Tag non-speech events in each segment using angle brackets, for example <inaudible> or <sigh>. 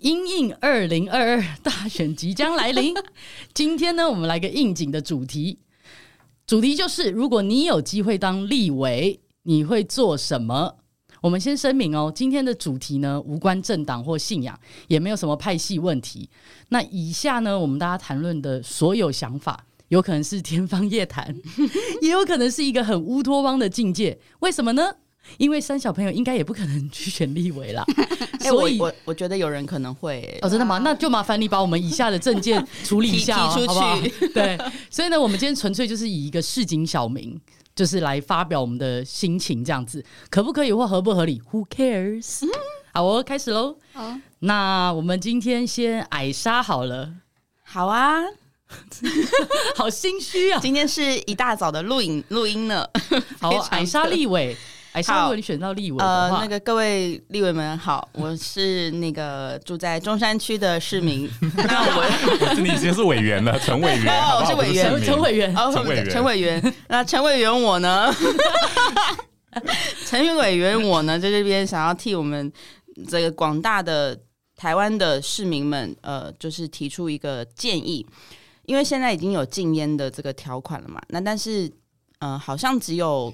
因应二零二二大选即将来 <laughs> 临，今天呢，我们来个应景的主题，主题就是如果你有机会当立委，你会做什么？我们先声明哦，今天的主题呢无关政党或信仰，也没有什么派系问题。那以下呢，我们大家谈论的所有想法，有可能是天方夜 <laughs> 谭，也有可能是一个很乌托邦的境界。为什么呢？因为三小朋友应该也不可能去选立委啦， <laughs> 哎、所我以我我觉得有人可能会、哦，真的吗？那就麻烦你把我们以下的证 <laughs> 件处理一下、哦，啊提提出好不好？对，所以呢，我们今天纯粹就是以一个市井小民，就是来发表我们的心情，这样子可不可以或合不合理？Who cares？好嗯哦，开始喽。好，那我们今天先矮杀好了，好啊，好心虚啊。今天是一大早的录影 <laughs> 录音呢。好非哦，常矮杀立委，矮杀好如果你选到立委呃的，话，那个各位立委们好，我是那个住在中山区的市民。那我你已经是委员了，陈委员， <laughs> 哦好不好是委陈不员市民陈委员哦，陈委员陈委员，那陈委员我呢？ <laughs> 陈委员我呢，在这边想要替我们这个广大的台湾的市民们，呃，就是提出一个建议，因为现在已经有禁烟的这个条款了嘛，那但是，呃，好像只有。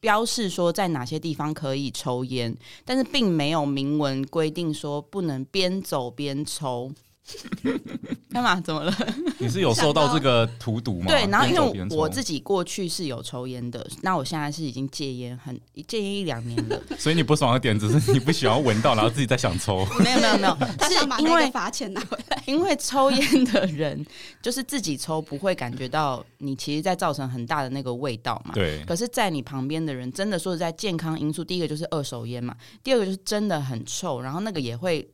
标示说在哪些地方可以抽烟，但是并没有明文规定说不能边走边抽。 <laughs> 干嘛？怎么了？你是有受到这个荼毒吗？对，然后因边走边抽为我自己过去是有抽烟的，那我现在是已经戒烟很戒烟一 <laughs> 两年了。所以你不爽的点只是你不喜欢闻到，然后自己在想 <laughs> 抽。没有没有没有， <laughs> 他是想把因那为个罚钱拿回来。因为抽烟的人就是自己抽不会感觉到你其实在造成很大的那个味道嘛。对，可是，在你旁边的人，真的说实在，健康因素，第一个就是二手烟嘛，第二个就是真的很臭，然后那个也会，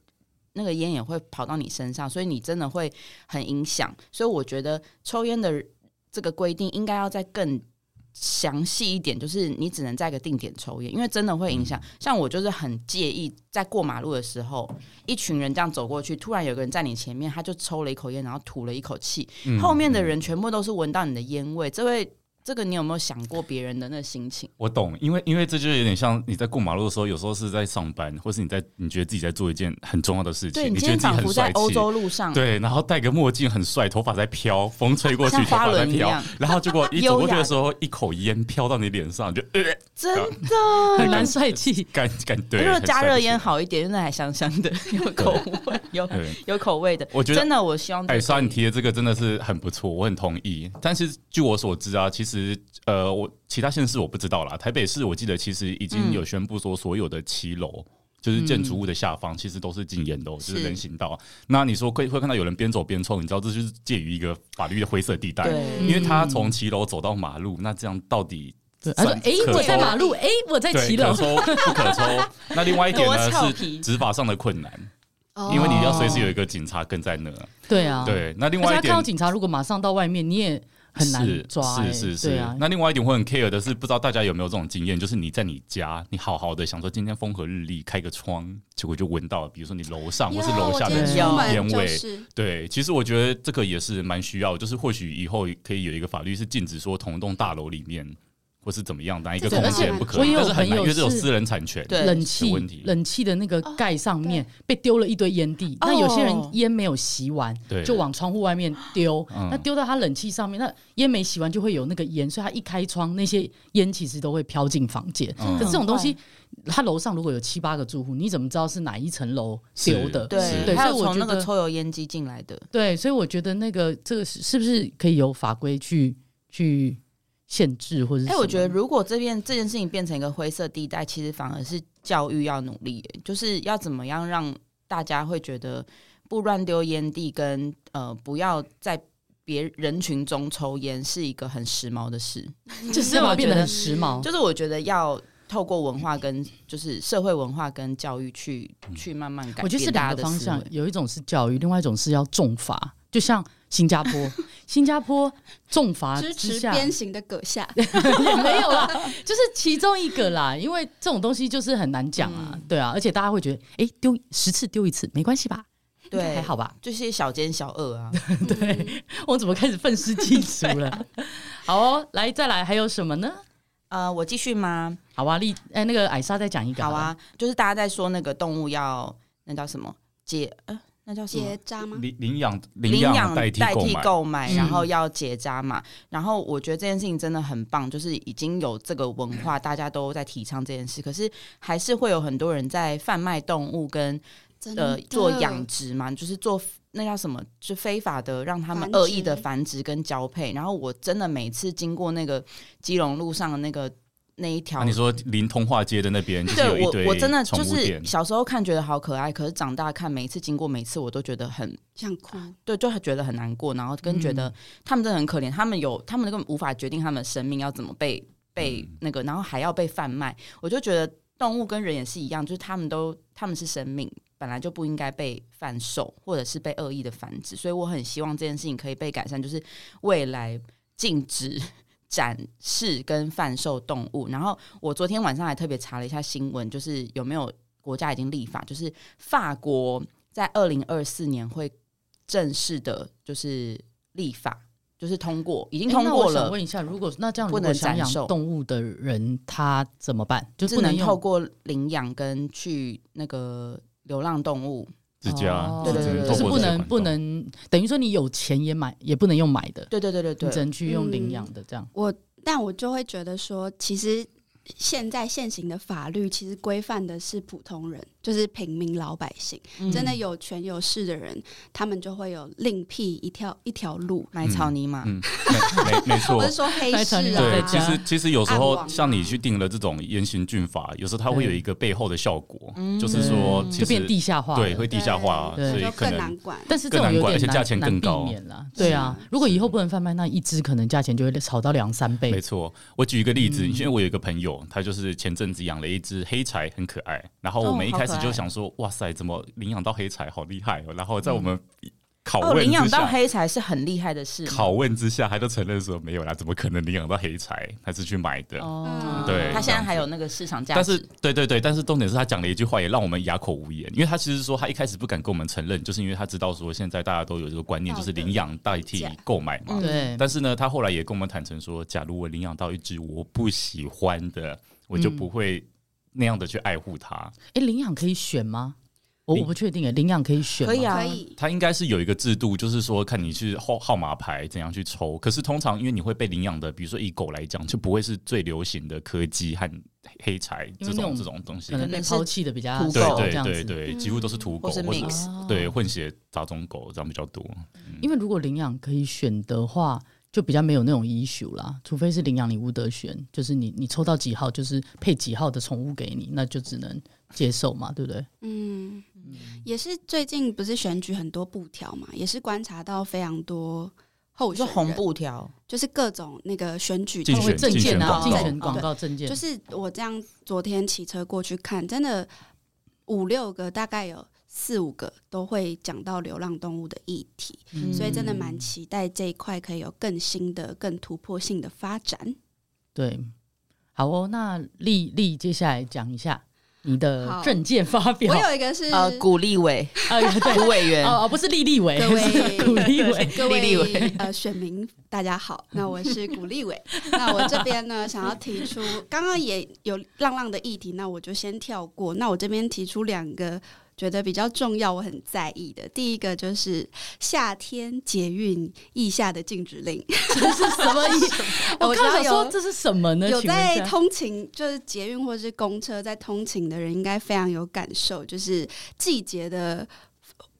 那个烟也会跑到你身上，所以你真的会很影响。所以我觉得抽烟的这个规定应该要再更详细一点，就是你只能在一个定点抽烟，因为真的会影嗯响。像我就是很介意在过马路的时候，一群人这样走过去，突然有个人在你前面，他就抽了一口烟，然后吐了一口气，嗯后面的人全部都是闻到你的烟味，这会这个你有没有想过别人的那心情？我懂，因为因为这就有点像你在过马路的时候，有时候是在上班，或是你在你觉得自己在做一件很重要的事情，对你觉今得天自己仿很佛在帅气。欧洲路上，对，然后戴个墨镜很帅，头发在飘，风吹过去 <laughs> 像头花发在轮一飘样， <laughs> 然后结果一优走过去雅的的时 <laughs> 候，一口烟飘到你脸上，就呃，真的。很蛮帅气。干干对。如果很加帅热气烟，好一点，因为还香香的，有口味，有对，有口味的。我觉得真的，我希望哎，莎，你提的这个真的是很不错，我很同意。但是据我所知啊，其实呃，我其他县市我不知道啦。台北市我记得其实已经嗯有宣布说，所有的七楼、就是建筑物的下方，其实都是禁烟的、哦，就是是人行道。那你说会会看到有人边走边抽，你知道这就是介于一个法律的灰色地带，对嗯因为他从骑楼走到马路，那这样到底对，他说：“算哎、可我在抽马路，哎、我在对骑楼可，抽不可 <laughs> 抽？那另外一点多呢俏是皮哦执法上的困难，因为你要随时有一个警察跟在那。对啊，。”对，那另而且外一他看点到警察，如果马上到外面，你也很难是抓、欸。是是是、对啊。那另外一点我很 care 的是，不知道大家有没有这种经验，就是你在你家，你好好的想说今天风和日丽，开个窗，结果就闻到，比如说你楼上或是楼下我的今天人出门烟味。就是对，其实我觉得这个也是蛮需要，就是或许以后可以有一个法律是禁止说同栋大楼里面或是怎么样哪一个这空个间很不可我以，有但是很朋难，友因为这有是私人产权。对冷有气问题冷气的那个盖上面被丢了一堆烟蒂，哦那有些人烟没有吸完，对就往窗户外面丢，嗯那丢到他冷气上面，那烟没吸完就会有那个烟，所以他一开窗，那些烟其实都会飘进房间。嗯可是这种东哦西，他楼上如果有七八个住户，你怎么知道是哪一层楼丢的？是对，对还所以有我从那觉个得抽油烟机进来的，对，所以我觉得那个这个是是不是可以有法规去去限制或者是什哎、么？我觉得如果这边这件事情变成一个灰色地带，其实反而是教育要努力，就是要怎么样让大家会觉得不乱丢烟蒂跟呃不要在别人群中抽烟是一个很时髦的事，就是要把它变得很时髦，就是我觉得要。透过文化跟就是社会文化跟教育去去慢慢改变，我觉得是两个方向大家的思，维有一种是教育，另外一种是要重罚，就像新加坡，新加坡重啊罚支之持下 <laughs> 鞭刑的阁下，也没有啦，就是其中一个啦，因为这种东西就是很难讲啊，嗯对啊，而且大家会觉得，哎、丢十次丢一次没关系吧？应该对，还好吧？ <laughs> 就是小奸小恶啊。嗯对，我怎么开始愤世嫉俗了？ <laughs> 好哦，来再来还有什么呢？呃，我继续吗？好啊，丽，哎、那个艾莎再讲一个好了，啊，就是大家在说那个动物要那叫什么结呃，那叫什么结？扎吗？领领养领领养养代替替购买，购买，嗯然后要结扎嘛。然后我觉得这件事情真的很棒，就是已经有这个文化，大家都在提倡这件事。可是还是会有很多人在贩卖动物跟真呃的做养殖嘛，就是做那叫什么，就非法的让他们繁殖恶意的繁殖跟交配。然后我真的每次经过那个基隆路上的那个那一条那啊你说临通化街的那边，就是有对一我堆我真的宠就物是店，小时候看觉得好可爱，可是长大看每一次经过每次我都觉得很想哭，对，就觉得很难过，然后跟嗯觉得他们真的很可怜，他们有他们根本无法决定他们的生命要怎么被被嗯那个，然后还要被贩卖，我就觉得动物跟人也是一样，就是他们都他们是生命。本来就不应该被贩售，或者是被恶意的繁殖，所以我很希望这件事情可以被改善，就是未来禁止 <laughs> 展示跟贩售动物。然后我昨天晚上还特别查了一下新闻，就是有没有国家已经立法，就是法国在二零二四年会正式的，就是立法，就是通过，已经诶通哎那我过想了，问一下，如果那这样，如不能果想斩养首动物的人，他怎么办？就只不能用透过领养跟去那个流浪动物。自家哦对对对对就透是过不这些能管不道能，等于说你有钱也买，也不能用买的，对对对对你只对，能去用领嗯养的这样。但我就会觉得说，其实现在现行的法律其实规范的是普通人，就是平民老百姓，嗯真的有权有势的人，他们就会有另辟一条一条路。买草泥马。嗯，没没没错我是。说黑市白啊，糖对，啊其实其实有时暗候网像你啊去定了这种严刑峻法，有时候它会有一个背后的效果，嗯就是说对其就变实地下化了，对会地下化，对所以就可更能难管。但是这种更难有管点而且难价钱更难避高免啦，对啊是。如果以后不能贩卖，那一只可能价钱就会炒到两三没倍。错。我举一个例子，嗯因为我有一个朋友，他就是前阵子养了一只黑柴，很可爱。然后我们哦一好开可始就爱想说，哇塞，怎么领养到黑柴，好厉害哦！然后在我们拷哦，问领养之到下，黑柴是很厉害的事。拷问之下，他就承认说没有啦，怎么可能领养到黑柴？他是去买的。哦，对他现在还有那个市场价值。但是对对对，但是重点是他讲了一句话，也让我们哑口无言，因为他其实说他一开始不敢跟我们承认，就是因为他知道说现在大家都有这个观念，就是领养代替购买嘛。嗯对，但是呢，他后来也跟我们坦诚说，假如我领养到一只我不喜欢的，我就不会那样的去爱护它。哎，领养可以选吗？我领我不确定哎，领养可以选吗可以啊可以，它应该是有一个制度，就是说看你是号号码牌怎样去抽。可是通常因为你会被领养的，比如说以狗来讲，就不会是最流行的柯基和黑柴因这为那种种这种东西可。能被可能是抛弃的比较土对少狗这样对对子。对，几乎都是土狗或是或者 mix 哦对，嗯混血杂种狗这样比较多。因为如果领养可以选的话，就比较没有那种 issue 啦。除非是领养你无得选，就是你你抽到几号就是配几号的宠物给你，那就只能接受嘛，对不对？嗯，也是最近不是选举很多布条嘛，也是观察到非常多候我说选红人，布条，就是各种那个选举竞它会选证竞件选啊，广竞告选广对告证件哦就，是我这样昨天骑车过去看，真的五六个，大概有四五个都会讲到流浪动物的议题，嗯所以真的蛮期待这一块可以有更新的、更突破性的发展。对，好哦，那丽丽接下来讲一下你的好证件发表我，有一个是呃，古立伟，哎呀，对，古委员，哦哦，不是丽丽伟，各位是古丽伟，各立位呃选民，大 <laughs> 家好，那我是古立伟。那我这边呢，想要提出刚刚也有浪浪的议题，那我就先跳过。那我这边提出两个觉得比较重要，我很在意的。第一个就是夏天捷运意下的禁止令，这是什么意？我我知道刚想说有这是什么呢？有请问一在下通勤，就是捷运或是公车在通勤的人，应该非常有感受，就是季节的。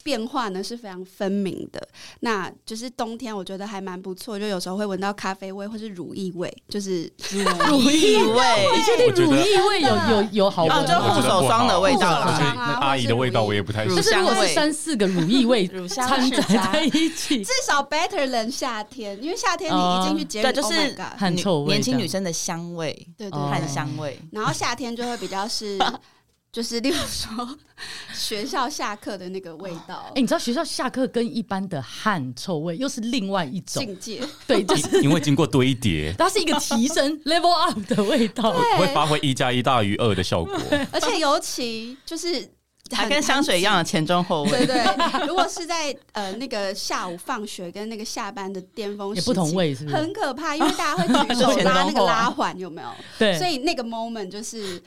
变化呢是非常分明的，那就是冬天，我觉得还蛮不错，就有时候会闻到咖啡味或是乳液味，就是乳立液，伟，你确定我觉乳得液味有有有好闻哦就吗护？手霜的味道我觉得啦，那阿姨的味道我也不太喜就欢是如果乳是香味三四个乳液味乳香掺杂是渣在一 <laughs> 起，至 <laughs> 少 better than 夏天，因为夏天你一进去捷运，哦对，就是 oh my god，汗女臭味年轻这样女生的香味，对对哦对汗香味。然后夏天就会比较是就是例如说学校下课的那个味道 <laughs> 哎、，你知道学校下课跟一般的汗臭味又是另外一种，境界。对，就是 <laughs> 因为经过堆叠，它是一个提升 <laughs> level up 的味道。对会发挥一加一大于二的效果。而且尤其就是它很跟香水一样的前中后 <laughs> 对味， <laughs> 对，如果是在呃那个下午放学跟那个下班的巅峰也时不同期，味是不是很可怕，因为大家会 <laughs> 举手就前拉那中个后啊拉环，有没有？对，所以那个 moment 就是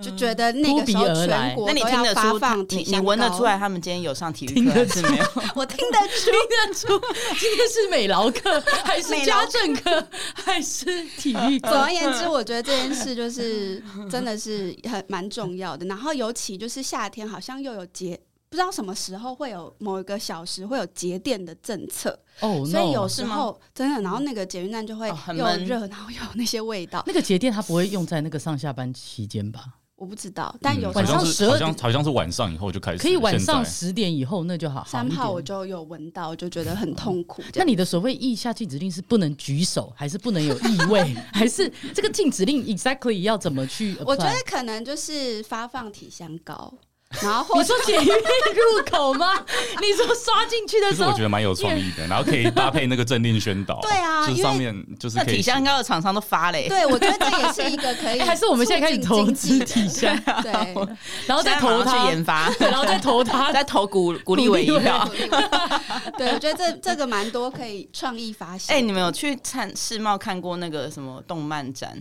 就觉得那扑个鼻时候而来全国嗯那你都听要得发出它放你体你香闻得膏出来，他们今天有上体育听课得还是没有？我听得 <laughs> 出听。得出今天是美劳课还是家政课还是体育总课？而言之，我觉得这件事就是真的是很蛮重要的。然后尤其就是夏天，好像又有节，不知道什么时候会有某一个小时会有节电的政策，哦、呃所以 no 有时候真的，然嗯后那个捷运站就会哦很又闷热，然后又有那些味道，那个节电它不会用在那个上下班期间吧？我不知道。但有嗯时好像候晚上是12好像好像是晚上以后就开始，可以晚上现在十点以后那就好好一三点。嗯号我就有闻到，我就觉得很痛苦。这那样你的所谓意下禁止令是不能举手，还是不能有异 <laughs> 味，还是这个禁止令 exactly 要怎么去 apply？我觉得可能就是发放体香 <laughs> 膏，然后你或者说捷运入口吗？ <laughs> 你说刷进去的其时实我候觉，得蛮有 <laughs> 创意的，然后可以搭配那个政令宣导。对啊就是因为上面就是那可以体香膏的厂商都发嘞，对我觉得这也是一个可以 <laughs> 哎还是我们现在开始投资促进体 <laughs> 经济 <laughs> 香，的 <laughs> 对。然后现再在马投上它去，研发， <laughs> 对然后再投它， <laughs> 再投古古力伟一票。 <laughs> 对，我觉得这这个蛮多可以创意发现。哎、你们有去看世贸看过那个什么动漫展，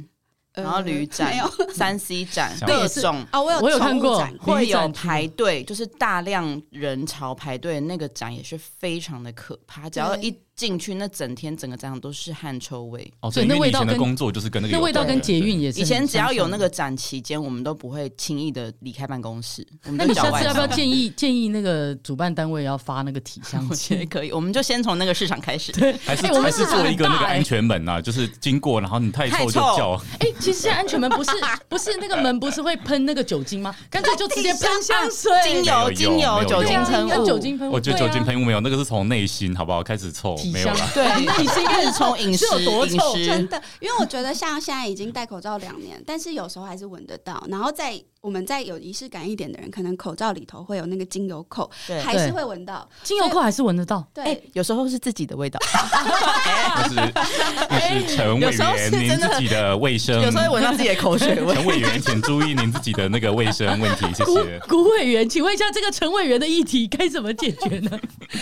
呃然后旅展没有、三 C <laughs> 展想各也是种。啊？我有我有看宠物过展会旅展有区排队，就是大量人潮排队，那个展也是非常的可怕。只要对一进去，那整天整个展场都是汗臭味。哦，所对，以因那为你味以道前的跟工作就是跟那个那有味道关跟的捷对运也是以前很只要相有像那的个展期间，我们都不会轻易的离开办公室。我那 <laughs> 你们就叫下外次要不要卖。建议建议那个主办单位要发那个体香 <laughs> 我觉得剂？可以，我们就先从那个市场开始。还是、哎我们还是市场做一个很大那个哎安全门啊，就是经过，然后你太臭太就臭叫，哎、其实现在安全门不是不是那个门不是会喷那个酒精吗？干脆就直接喷香 <laughs> 水，啊精没有油、精用没油、有酒对精啊喷跟雾、酒精喷雾，我觉得对酒啊精喷雾没有，那个是从内心好不好开始臭，体没有香 <laughs> 啦。对，你是一个人从饮食是有多饮 <laughs> 臭食真的， <laughs> 因为我觉得像现在已经戴口罩两年，但是有时候还是闻得到。然后在我们在有仪式感一点的人，可能口罩里头会有那个精油扣，对还是会闻到。精油扣还是闻得到。对，有时候是自己的味道， <laughs> 就是就是陈哎有委时候是员，您真的自己的卫生，有时候会闻到自己的口水 <laughs> 味。陈委员，请注意您自己的那个卫生问题，谢古谢。古委员，请问一下，这个陈委员的议题该怎么解决呢？ <laughs>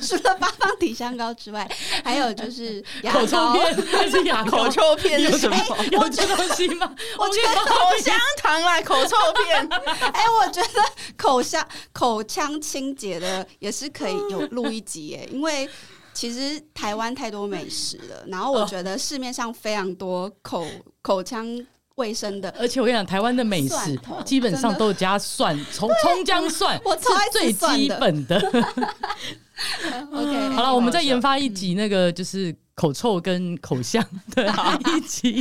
除了发放体香膏之外，还有就是牙口臭 <laughs> 膏。片还是牙膏口？臭片 <laughs> 是什么？有这东西吗？我们可觉以得帮口香糖啦，口臭片。哎、我觉得口腔口腔清洁的也是可以有录一集耶，因为其实台湾太多美食了，然后我觉得市面上非常多口口腔卫 <laughs> 生的。而且我跟你讲，台湾的美食蒜头基本上都有加蒜，葱葱姜蒜，我超爱是吃最基本的。 OK，好了，我们再研发一集那个就是口臭跟口香的一集，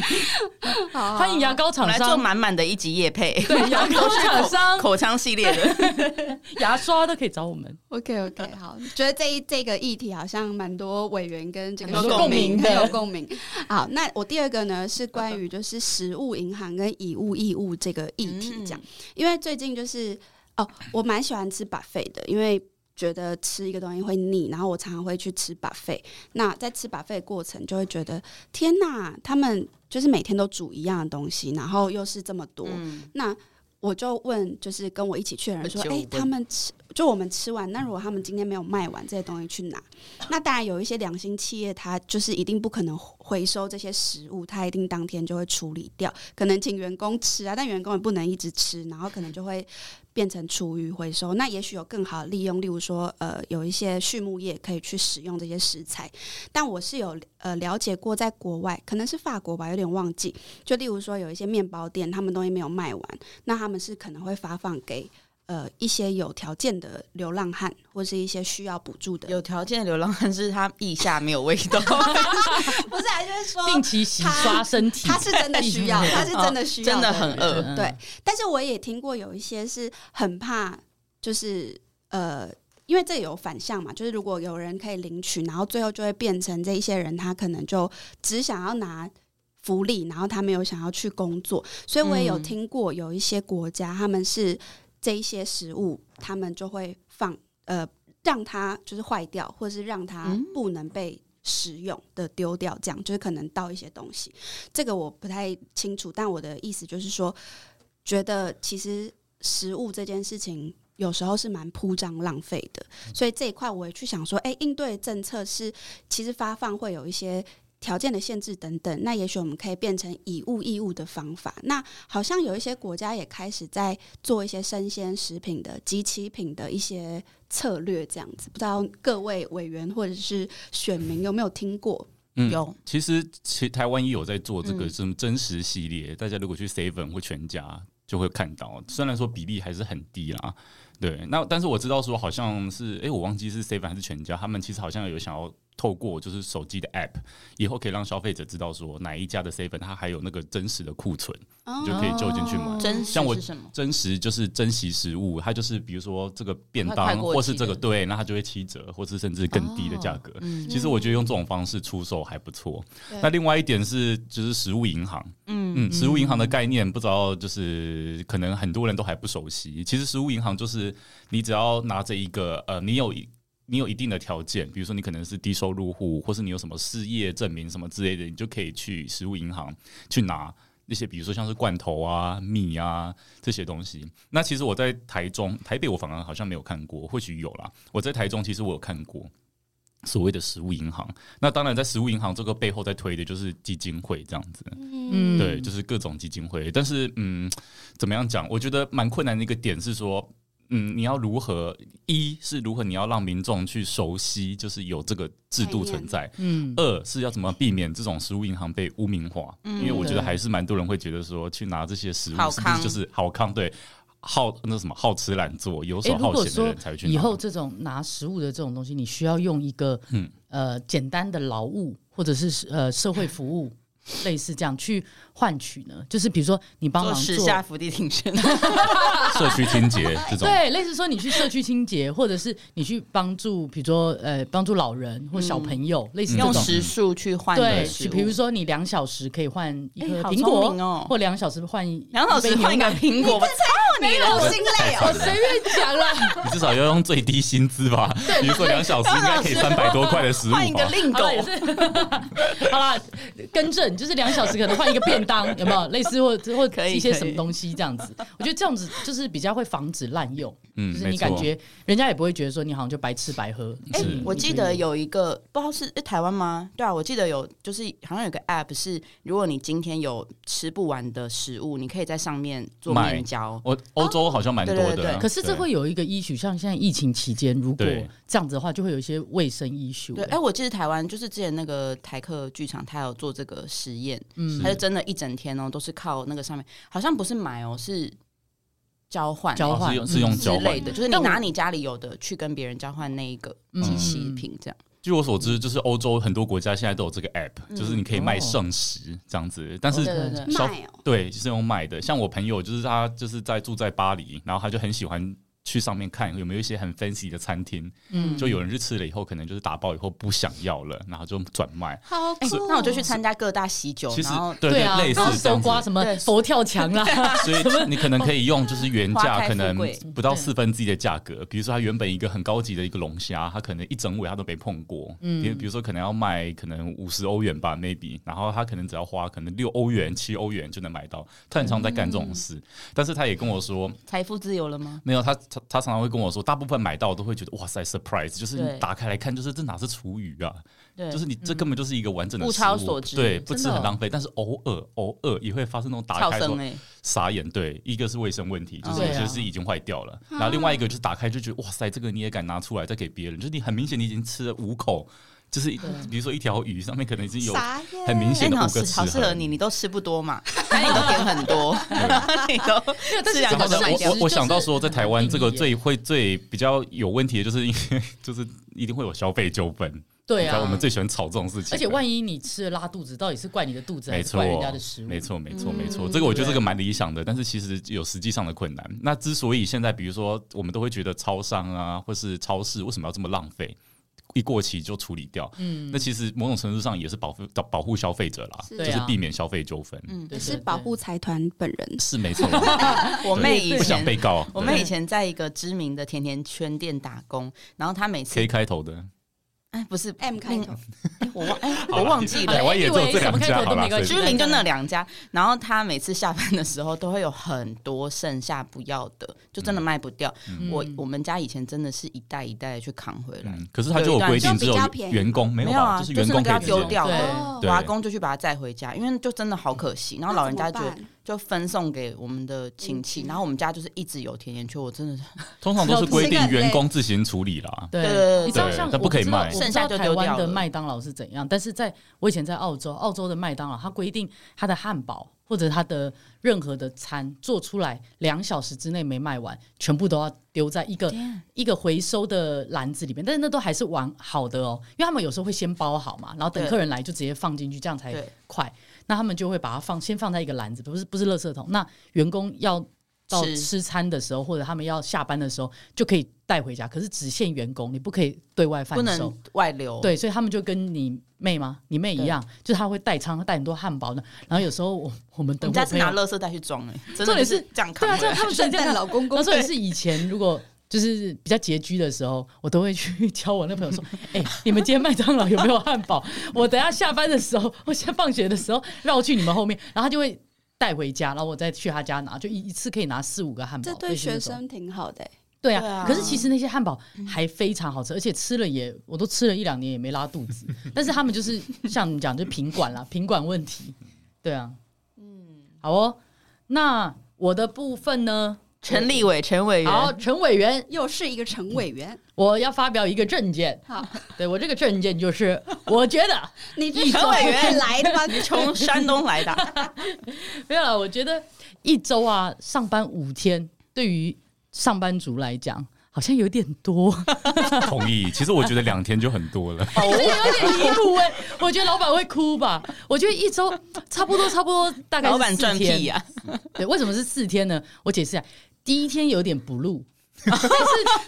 好欢迎牙膏我厂们来做商，满满的一集夜配，对牙膏厂商、口腔系列的。牙刷都可以找我们。 OK 呃 OK，好，觉得这一这个议题好像蛮多委员跟这个很有共鸣很的有共鸣。好，那我第二个呢是关于就是食物银行跟以物易物这个议题嗯讲，因为最近就是哦，我蛮喜欢吃 buffet 的，因为觉得吃一个东西会腻，然后我常常会去吃 buffet。那在吃 buffet 的过程就会觉得天哪，他们就是每天都煮一样的东西，然后又是这么多，嗯，那我就问，就是跟我一起去的人说，就哎、问他们吃就我们吃完，那如果他们今天没有卖完这些东西去哪？那当然有一些良心企业，它就是一定不可能回收这些食物，它一定当天就会处理掉，可能请员工吃啊，但员工也不能一直吃，然后可能就会变成厨余回收。那也许有更好的利用，例如说，呃，有一些畜牧业可以去使用这些食材。但我是有呃了解过，在国外可能是法国吧，有点忘记。就例如说，有一些面包店，他们东西没有卖完。那他们是可能会发放给呃一些有条件的流浪汉，或是一些需要补助的，有条件的流浪汉是他腋下没有味道， <laughs> 不是、啊，就是说定期洗他刷身体， <laughs> 他是真的需 <laughs> 要，他是真的需要，真的很饿。嗯对，但是我也听过有一些是很怕，就是呃，因为这有反向嘛，就是如果有人可以领取，然后最后就会变成这一些人，他可能就只想要拿福利，然后他没有想要去工作，所以我也有嗯听过有一些国家他们是这一些食物，他们就会放呃让它就是坏掉，或是让它嗯不能被食用的丢掉，这样就是可能倒一些东西。这个我不太清楚，但我的意思就是说，觉得其实食物这件事情有时候是蛮铺张浪费的，嗯所以这一块我也去想说，哎、应对政策是其实发放会有一些。条件的限制等等，那也许我们可以变成以物易物的方法。那好像有一些国家也开始在做一些生鲜食品的及其品的一些策略，这样子。不知道各位委员或者是选民有没有听过？嗯有其实其台湾也有在做这个嗯什么真实系列，大家如果去 Seven 或全家就会看到，虽然说比例还是很低啦。对，那但是我知道说好像是，哎、我忘记是 Seven 还是全家，他们其实好像有想要透过就是手机的 App，以后可以让消费者知道说哪一家的 Seven 它还有那个真实的库存，哦你就可以就近去买。真实像我是什么？真实就是珍惜食物，它就是比如说这个便快当，过期或是这个的对，那它就会七折，或是甚至更低的价格。嗯其实我觉得用这种方式出售还不错对。那另外一点是，就是食物银行，嗯，嗯，食物银行的概念不知道，就是可能很多人都还不熟悉。其实食物银行就是你只要拿着一个呃，你有一你有一定的条件，比如说你可能是低收入户，或是你有什么事业证明什么之类的，你就可以去食物银行去拿那些，比如说像是罐头啊、米啊这些东西。那其实我在台中、台北，我反而好像没有看过，或许有啦。我在台中其实我有看过。所谓的食物银行，那当然在食物银行这个背后在推的就是基金会这样子。嗯对，就是各种基金会。但是，嗯，怎么样讲？我觉得蛮困难的一个点是说，嗯，你要如何一是如何你要让民众去熟悉，就是有这个制度存在；嗯，二是要怎么避免这种食物银行被污名化，因为我觉得还是蛮多人会觉得说，去拿这些食物好是不是康就是好康？对。好，那什么好吃懒做、游手诶如好果闲的说人才会去拿。以后这种拿食物的这种东西，你需要用一个嗯呃简单的劳务或者是呃社会服 <laughs> 务，类似这样去换取呢？就是比如说你帮做忙时做，下伏地挺身，社区清洁这 <laughs> 种，对，类似说你去社区清 <laughs> 洁，或者是你去帮助，比如说呃帮助老人或小朋友，嗯类似这嗯用种。时数去换你的对，食去物。比如说你两小时可以换一哎颗好苹聪果，明哦或两小时换一两小时换一个苹果，我操你了！好心累哦。我随便讲啦，你至少要用最低薪资吧？比如说两小时应该可以三百多块的食物吧？换一个令好狗啦，哦也是， <laughs> 好啦，更正，就是两小时可能换一个便 <laughs> 当，有没有类似或或可以一些可以什么东西这样子？我觉得这样子就是比较会防止滥用，嗯，就是没你感错嗯觉人家也不会觉得说你好像就白吃白喝。嗯哎、是我记得有一个不知道是、诶台湾吗？对啊，我记得有，就是好像有个 app 是，如果你今天有吃不完的食物，你可以在上面做买面交。我欧洲好像蛮多哦对对的啊对，可是这对会有一个 issue，像现在疫情期间，如果对这样子的话，就会有一些卫生 issue 对，哎、欸。我记得台湾就是之前那个台客剧场，他有做这个实验，嗯他就真的一整天哦，都是靠那个上面，好像不是买哦，是交换交换哦是用是用之交换类的，就是你但我拿你家里有的去跟别人交换那一个嗯机器品，这样。据我所知，就是欧洲很多国家现在都有这个 app，、嗯就是你可以哦卖剩食这样子，但是对对对，消卖哦，对就是用卖的。像我朋友就是他就是在住在巴黎，然后他就很喜欢。去上面看有没有一些很 fancy 的餐厅，嗯就有人去吃了以后，可能就是打包以后不想要了，然后就转卖。好酷哦那我就去参加各大喜酒，其实然后对啊，类似然后这搜样子刮什么对佛跳墙啊啦， <laughs> 所以你可能可以用就是原花价开可能富贵不到对四分之一的价格，比如说它原本一个很高级的一个龙虾，它可能一整尾它都没碰过，嗯，比如说可能要卖可能五十欧元吧，maybe，然后它可能只要花可能六欧元、七欧元就能买到，他很常在干这种事，嗯但是他也跟我说，财富自由了吗？没有，他他他常常会跟我说，大部分买到都会觉得哇塞，surprise，就是你对打开来看，就是这哪是厨余啊，对，嗯就是你这根本就是一个完整的物食超物所值对，不真吃的很哦浪费，但是偶尔偶尔也会发生那种打超开说生哎、傻眼，对，一个是卫生问题，就是对有啊些是已经坏掉了，然后另外一个就是打开就觉得哇塞，这个你也敢拿出来再给别人，就是你很明显你已经吃了五口，就是比如说一条鱼上面可能已经有傻耶很明哎，显你的好五个适好齿适合痕你，。你都吃不多嘛， <laughs> 啊但你都点很 <laughs> 多，你都但是吃两然个后都呢，卖我掉我。我想到说，在台湾这个很定义最会最比较有问题的就是因为 <laughs> 就是一定会有消费纠纷，对你知道啊我，们最喜欢吵这种事情了，而且万一你吃了拉肚子，到底是怪你的肚子还没是错，怪人家的食物？没错，没错，嗯没错。这个我觉得这对个蛮理想的，但是其实有实际上的困难。那之所以现在，比如说我们都会觉得超商啊，或是超市为什么要这么浪费？一过期就处理掉。嗯那，其实某种程度上也是保护保护消费者啦，是就是避免消费纠纷。嗯，对也是保护财团本人。 <laughs> 是没错啦， <laughs> 我对妹以不想前被告。我对妹以前在一个知名的甜甜圈店打工，然后她每次 K 开头的，哎不是 M 开头，另我忘哎好啦我忘记台了。湾也只有这两什么开家好啦头都没关系所以知名就那两家，然后她每次下班的时候都会有很多剩下不要的，就真的卖不掉。嗯我我们家以前真的是一袋一袋的去扛回来，嗯，可是他就有规定，只就比有较便宜员工没有没有吧？啊就是就员是工那个可以要直接丢掉的对我阿公就去把它载回家，因为就真的好可惜。然后老人家就哦那怎么办就分送给我们的亲戚，嗯然后我们家就是一直有甜甜圈，我真的是通常都是规定员工自行处理啦。对对对对你知道像对但不可以我知道卖我不知道剩下就台丢湾掉的了麦当劳是怎样，但是在我以前在澳洲，澳洲的麦当劳它规定它的汉堡或者它的任何的餐做出来两小时之内没卖完，全部都要丢在一个一个回收的篮子里面，但是那都还是完好的哦，因为他们有时候会先包好嘛，然后等对客人来就直接放进去，这样才对快。那他们就会把它放先放在一个篮子，不是不是垃圾桶。那员工要到吃吃餐的时候，或者他们要下班的时候，就可以带回家。可是只限员工，你不可以对外贩不能售。外流。对，所以他们就跟你妹吗？你妹一样，就是她会带仓带很多汉堡呢。然后有时候我我们我等们会家儿是朋拿友，垃圾袋去装哎、真重的点就是是这样扛对啊，回这样来。他们圣这样诞老公公那所以对是以前如果就是比较拮据的时候，我都会去 <laughs> 教我那朋友说：“哎、你们今天麦当劳有没有汉堡？我等一下下班的时候，我下放学的时候绕去你们后面，然后他就会带回家，然后我再去他家拿，就一一次可以拿四五个汉堡。这对类似那学种生挺好的欸、对啊，对啊可是其实那些汉堡还非常好吃，而且吃了也我都吃了一两年也没拉肚子，但是他们就是像你讲，就品管啦，品管问题。对啊，嗯，好哦，那我的部分呢？陈立伟，陈委员，好，陈委员，又是一个陈委员。我要发表一个证件。好，对我这个证件 <laughs> 就是，我觉得你一这周陈委员来的吗？<laughs> 从山东来 <laughs> 的，没有了。我觉得一周啊，上班五天，对于上班族来讲， <laughs> 好像有点多，同意。其实我觉得两天就很多了，这个有点离谱哎。我觉得老板会哭吧。我觉得一周差不多，差不多大概是老板四赚天屁啊呀、对，为什么是四天呢？我解释一下，第一天有点 <laughs> blue，但是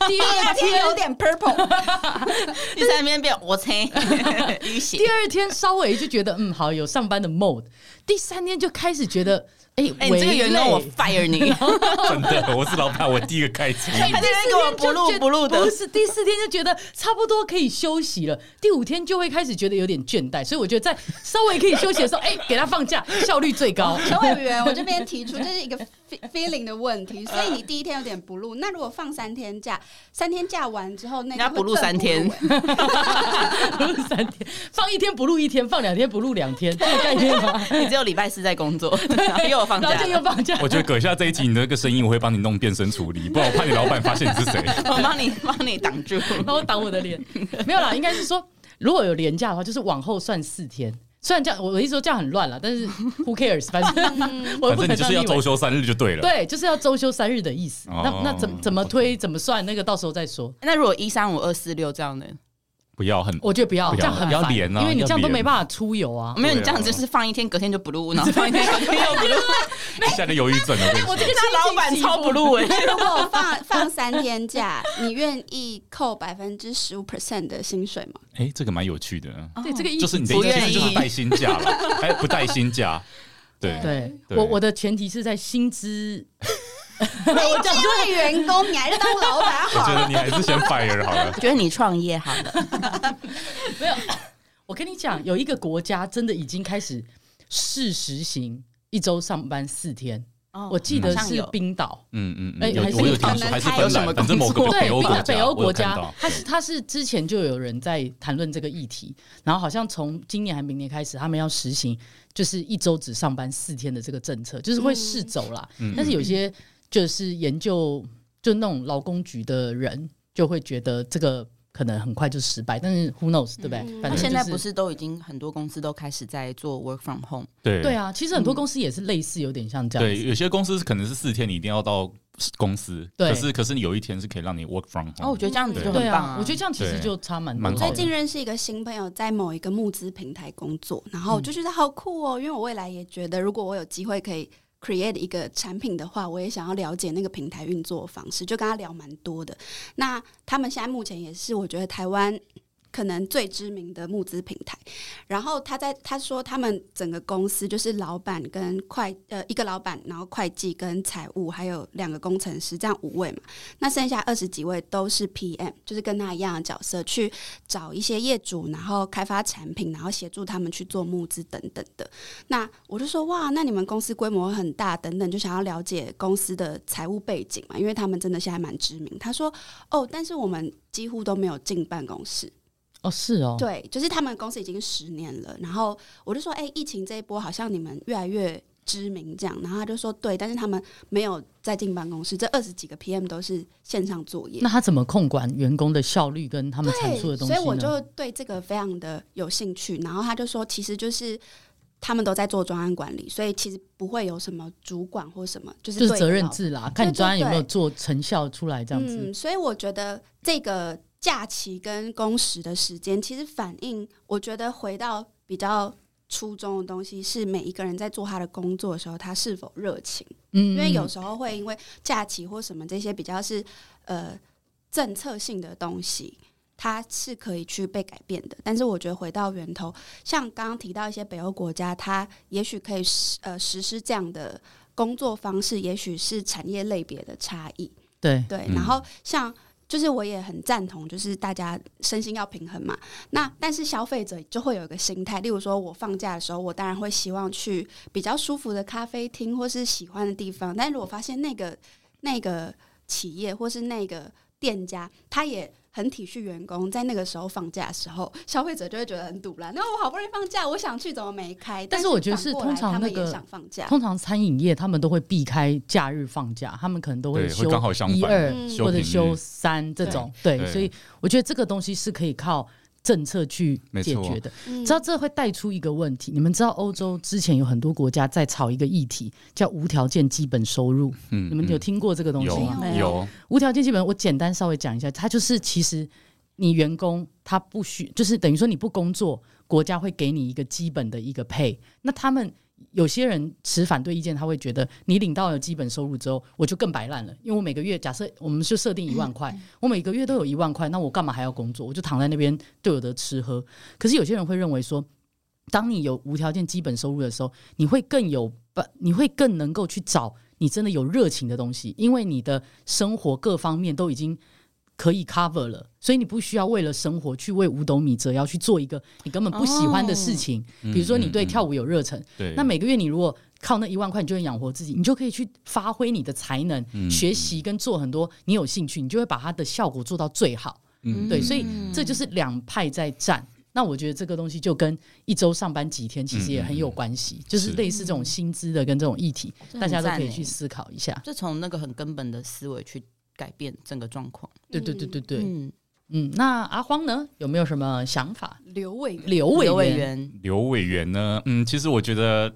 第二今天天有点 purple， <laughs> 第三边变我猜 <laughs> 淤血第。二天稍微就觉得嗯好有上班的 mode，第三天就开始觉得哎，哎、你这个微员工我累 fire 你， <laughs> 真的。我是老板，我第一个开除。哎，第四天就给觉我得 blue blue 的不是第四天就觉得差不多可以休息了，第五天就会开始觉得有点倦怠，所以我觉得在稍微可以休息的时候，哎，给他放 <laughs> 假效率最高。陈委员，我这边提出这是一个 fe- feeling 的问题，所以你第一天有点不录。那如果放三天假，三天假完之后，那人家个不录三欸天不是三天，放一天不录一天，放两天不录两 <laughs> 天，这个概念吗？你只有礼拜四在工作，然后又有放然假后就又了，放假我。觉得葛下这一集你的那个声音，我会帮你弄变声处理，不然我怕你老板发现你是谁。 <laughs> 我帮你帮你挡住。 <laughs> 然后挡我的脸。没有啦，应该是说，如果有廉价的话，就是往后算四天。虽然这样，我的意思说这样很乱了，但 <laughs> 是 who cares？反正 <laughs> 我又不反正可你能就让是要立委周休三日就对了。对，就是要周休三日的意思。哦那那怎么怎么推怎么算，那个到时候再说。那如果一三五二四六这样的，不要很，我觉得不要不要这样很要烦连啊因为你这样要都连没办法出游啊。没有你对啊这样子就是放一天，隔天就不录，然后放一天，隔天又 <laughs> 不录。现在忧郁症了。我跟你哎我说这个那老板超不录哎、 <laughs> 如果放放三天假，你愿意扣百分之十五 percent 的薪水 <laughs> 吗？哎，这个蛮有趣的，对哦这个哎意思就是你的不意思愿意就是带薪假了，哎，不带薪假，对对对我我的前提是在薪资，我讲作为员工，你还是当老板啊我觉好。得你还是先 fire 好了。 <laughs> 觉得你创业好了，我跟你讲，有一个国家真的已经开始试实行一周上班四天，哦我记得好像是有冰岛。嗯嗯哎嗯，有还是我有可听能说，还是开芬有什兰，么反正某个工作北欧冰国岛家，北欧我有国看家到，它是它是之前就有人在谈论这个议题，然后好像从今年还明年开始，他们要实行就是一周只上班四天的这个政策，就是会试走啦。嗯但是有些就是研究就那种劳工局的人就会觉得这个可能很快就失败，但是 who knows 对不对？嗯反那正现就在不是都已经很多公司都开始在做 work from home，对嗯对啊，其实很多公司也是类似有点像这样对，子。有些公司可能是四天，你一定要到公司，对可是可是你有一天是可以让你 work from 哦，我 home，觉得这样子就很对棒啊，我觉得这样其实对就差蛮多蛮的好最的近认识一个新朋友，在某一个募资平台工作，然后我嗯就觉得好酷哦，因为我未来也觉得，如果我有机会可以 create 一个产品的话，我也想要了解那个平台运作方式，就跟他聊蛮多的。那他们现在目前也是，我觉得台湾可能最知名的募资平台。然后他在他说他们整个公司就是老板跟会呃一个老板，然后会计跟财务还有两个工程师，这样五位嘛。那剩下二十几位都是 PM，就是跟他一样的角色，去找一些业主，然后开发产品，然后协助他们去做募资等等的。那我就说哇，那你们公司规模很大，等等，就想要了解公司的财务背景嘛，因为他们真的现在蛮知名。他说哦，但是我们几乎都没有进办公室，哦，是哦，对，就是他们公司已经十年了。然后我就说，哎、疫情这一波好像你们越来越知名这样。然后他就说，对，但是他们没有再进办公室，这二十几个 PM 都是线上作业那。他怎么控管员工的效率跟他们产出的对，东所西呢？以我就对这个非常的有兴趣。然后他就说，其实就是他们都在做专案管理，所以其实不会有什么主管或什么，就是就对是责任到制啦，看你专案有没有做成效出来这样子。嗯，所以我觉得这个假期跟工时的时间，其实反映，我觉得回到比较初衷的东西，是每一个人在做他的工作的时候，他是否热情。嗯，因为有时候会因为假期或什么这些比较是呃政策性的东西，它是可以去被改变的。但是我觉得回到源头，像刚刚提到一些北欧国家，它也许可以实呃实施这样的工作方式，也许是产业类别的差异。对，对，啊嗯然后像就是我也很赞同，就是大家身心要平衡嘛。那但是消费者就会有一个心态，例如说我放假的时候，我当然会希望去比较舒服的咖啡厅或是喜欢的地方，但如果发现那个那个企业或是那个店家，他也。很体恤员工，在那个时候放假的时候，消费者就会觉得很堵然。那我好不容易放假，我想去怎么没开？但但是我觉得是反过来通常他们那个也想放假，通常餐饮业他们都会避开假日放假，他们可能都对，休会刚好相一反二，嗯休或平者日休三这种。对，对所以我觉得这个东西是可以靠政策去没解错决的。嗯知道这会带出一个问题，你们知道欧洲之前有很多国家在炒一个议题，叫无条件基本收入，嗯你们有听过这个东西有吗？没有有无条件基本，我简单稍微讲一下，它就是其实你员工他不需，就是等于说你不工作，国家会给你一个基本的一个配。那他们有些人持反对意见，他会觉得你领到了基本收入之后，我就更摆烂了，因为我每个月假设我们就设定一万块，我每个月都有一万块，那我干嘛还要工作？我就躺在那边都有得吃喝。可是有些人会认为说。当你有无条件基本收入的时候，你会更有把，你会更能够去找你真的有热情的东西，因为你的生活各方面都已经可以 cover 了，所以你不需要为了生活去为五斗米折腰去做一个你根本不喜欢的事情。比如说你对跳舞，舞有热忱，嗯对，那每个月你如果靠那一万块，你就能养活自己，你就可以去发挥你的才能，嗯学习跟做很多你有兴趣，你就会把它的效果做到最好。嗯对，所以这就是两派在战。那我觉得这个东西就跟一周上班几天其实也很有关系，就是嗯是类似这种薪资的跟这种议题，这很大家都赞可以欸去思考一下。就从那个很根本的思维去改变整个状况。对欸对对对对，嗯，嗯，那阿荒呢，有没有什么想法？嗯刘伟刘委刘委员，员，刘委员呢，嗯，其实我觉得。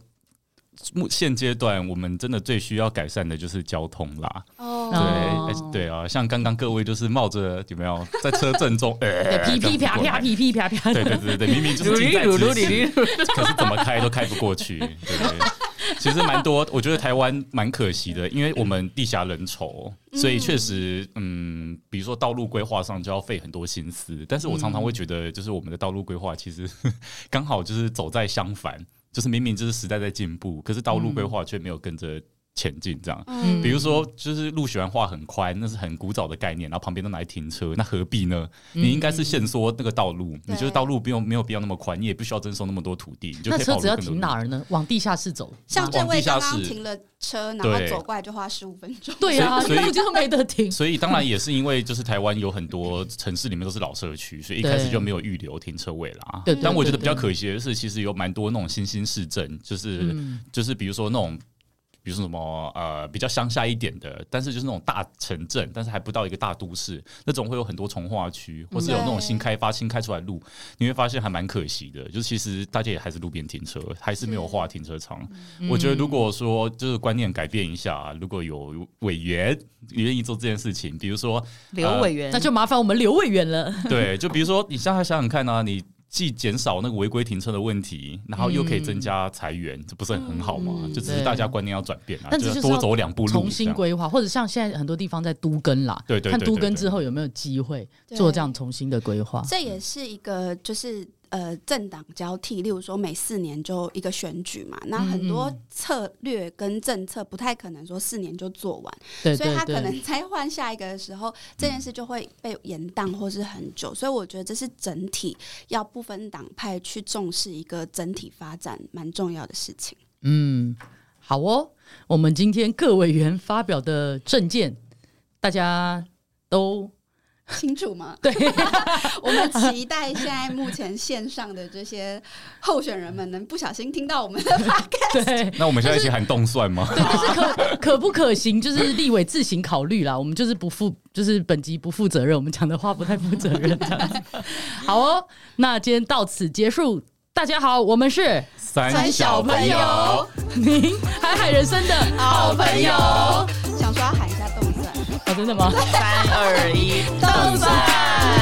目现阶段，我们真的最需要改善的就是交通啦。哦对，哦而且对啊，像刚刚各位就是冒着有没有在车阵中， <laughs> 对，呃噼噼啪啪，噼噼啪啪对的，对对对，明明就是近在咫尺，可是怎么开都开不过去，对对？其实蛮多，我觉得台湾蛮可惜的，因为我们地狭人稠，所以确实，嗯，比如说道路规划上就要费很多心思。但是我常常会觉得，就是我们的道路规划其实 <laughs> 刚好就是走在相反，就是明明就是时代在进步，可是道路规划却没有跟着前进，这样。嗯比如说，就是路喜欢画很宽，那是很古早的概念，然后旁边都拿来停车，那何必呢？嗯你应该是限缩那个道路，你觉得道路不用没有必要那么宽，你也不需要征收那么多土地，你就那可以车保子留要更多停哪路？儿呢？往地下室走。像这往位地下刚刚室停了车，然后对走过来就花十五分钟。对啊，所以所以路就没得停。所以当然也是因为就是台湾有很多城市里面都是老社区，所以一对开始就没有预留停车位啦。对对但我觉得对比较可惜的是，其实有蛮多那种新兴市政，就是、嗯就是比如说那种。比如说什么呃，比较乡下一点的，但是就是那种大城镇，但是还不到一个大都市，那种会有很多从化区，或是有那种新开发、新开出来的路，你会发现还蛮可惜的。就是其实大家也还是路边停车，还是没有画停车场。我觉得如果说就是观念改变一下，啊如果有委员愿意做这件事情，比如说刘委员，那就麻烦我们刘委员了。对，就比如说你现在想想看啊，你既减少那个违规停车的问题，然后又可以增加裁员，这不是很很好吗？嗯就只是大家观念要转变啊，但这是就是要多走两步路，重这新样规划，或者像现在很多地方在都更啦，对对对看都对更对之后有没有机会对做这样重新的规划。 <laughs> 这也是一个就是呃政党交替，例如说每四年就一个选举嘛，那嗯很多嗯策略跟政策不太可能说四年就做完，对所以对他可对，能在换下一个的时候，这件事就会被延宕或是很久，所以我觉得这是整体要不分党派去重视一个整体发展蛮重要的事情。嗯，好哦。我们今天各委员发表的政见，大家都？清楚吗对 <laughs> 我们期待现在目前线上的这些候选人们能不小心听到我们的对。那我们现在一起喊动算吗？对，但是可可不可行，就是立委自行考虑啦。我们就是不负，就是本集不负责任，我们讲的话不太负责任。这样子好哦，那今天到此结束。大家好，我们是 <laughs> 三小朋友。您海海人生的好朋友。想说要喊一下动算。啊哦，真的吗？三二一，动算。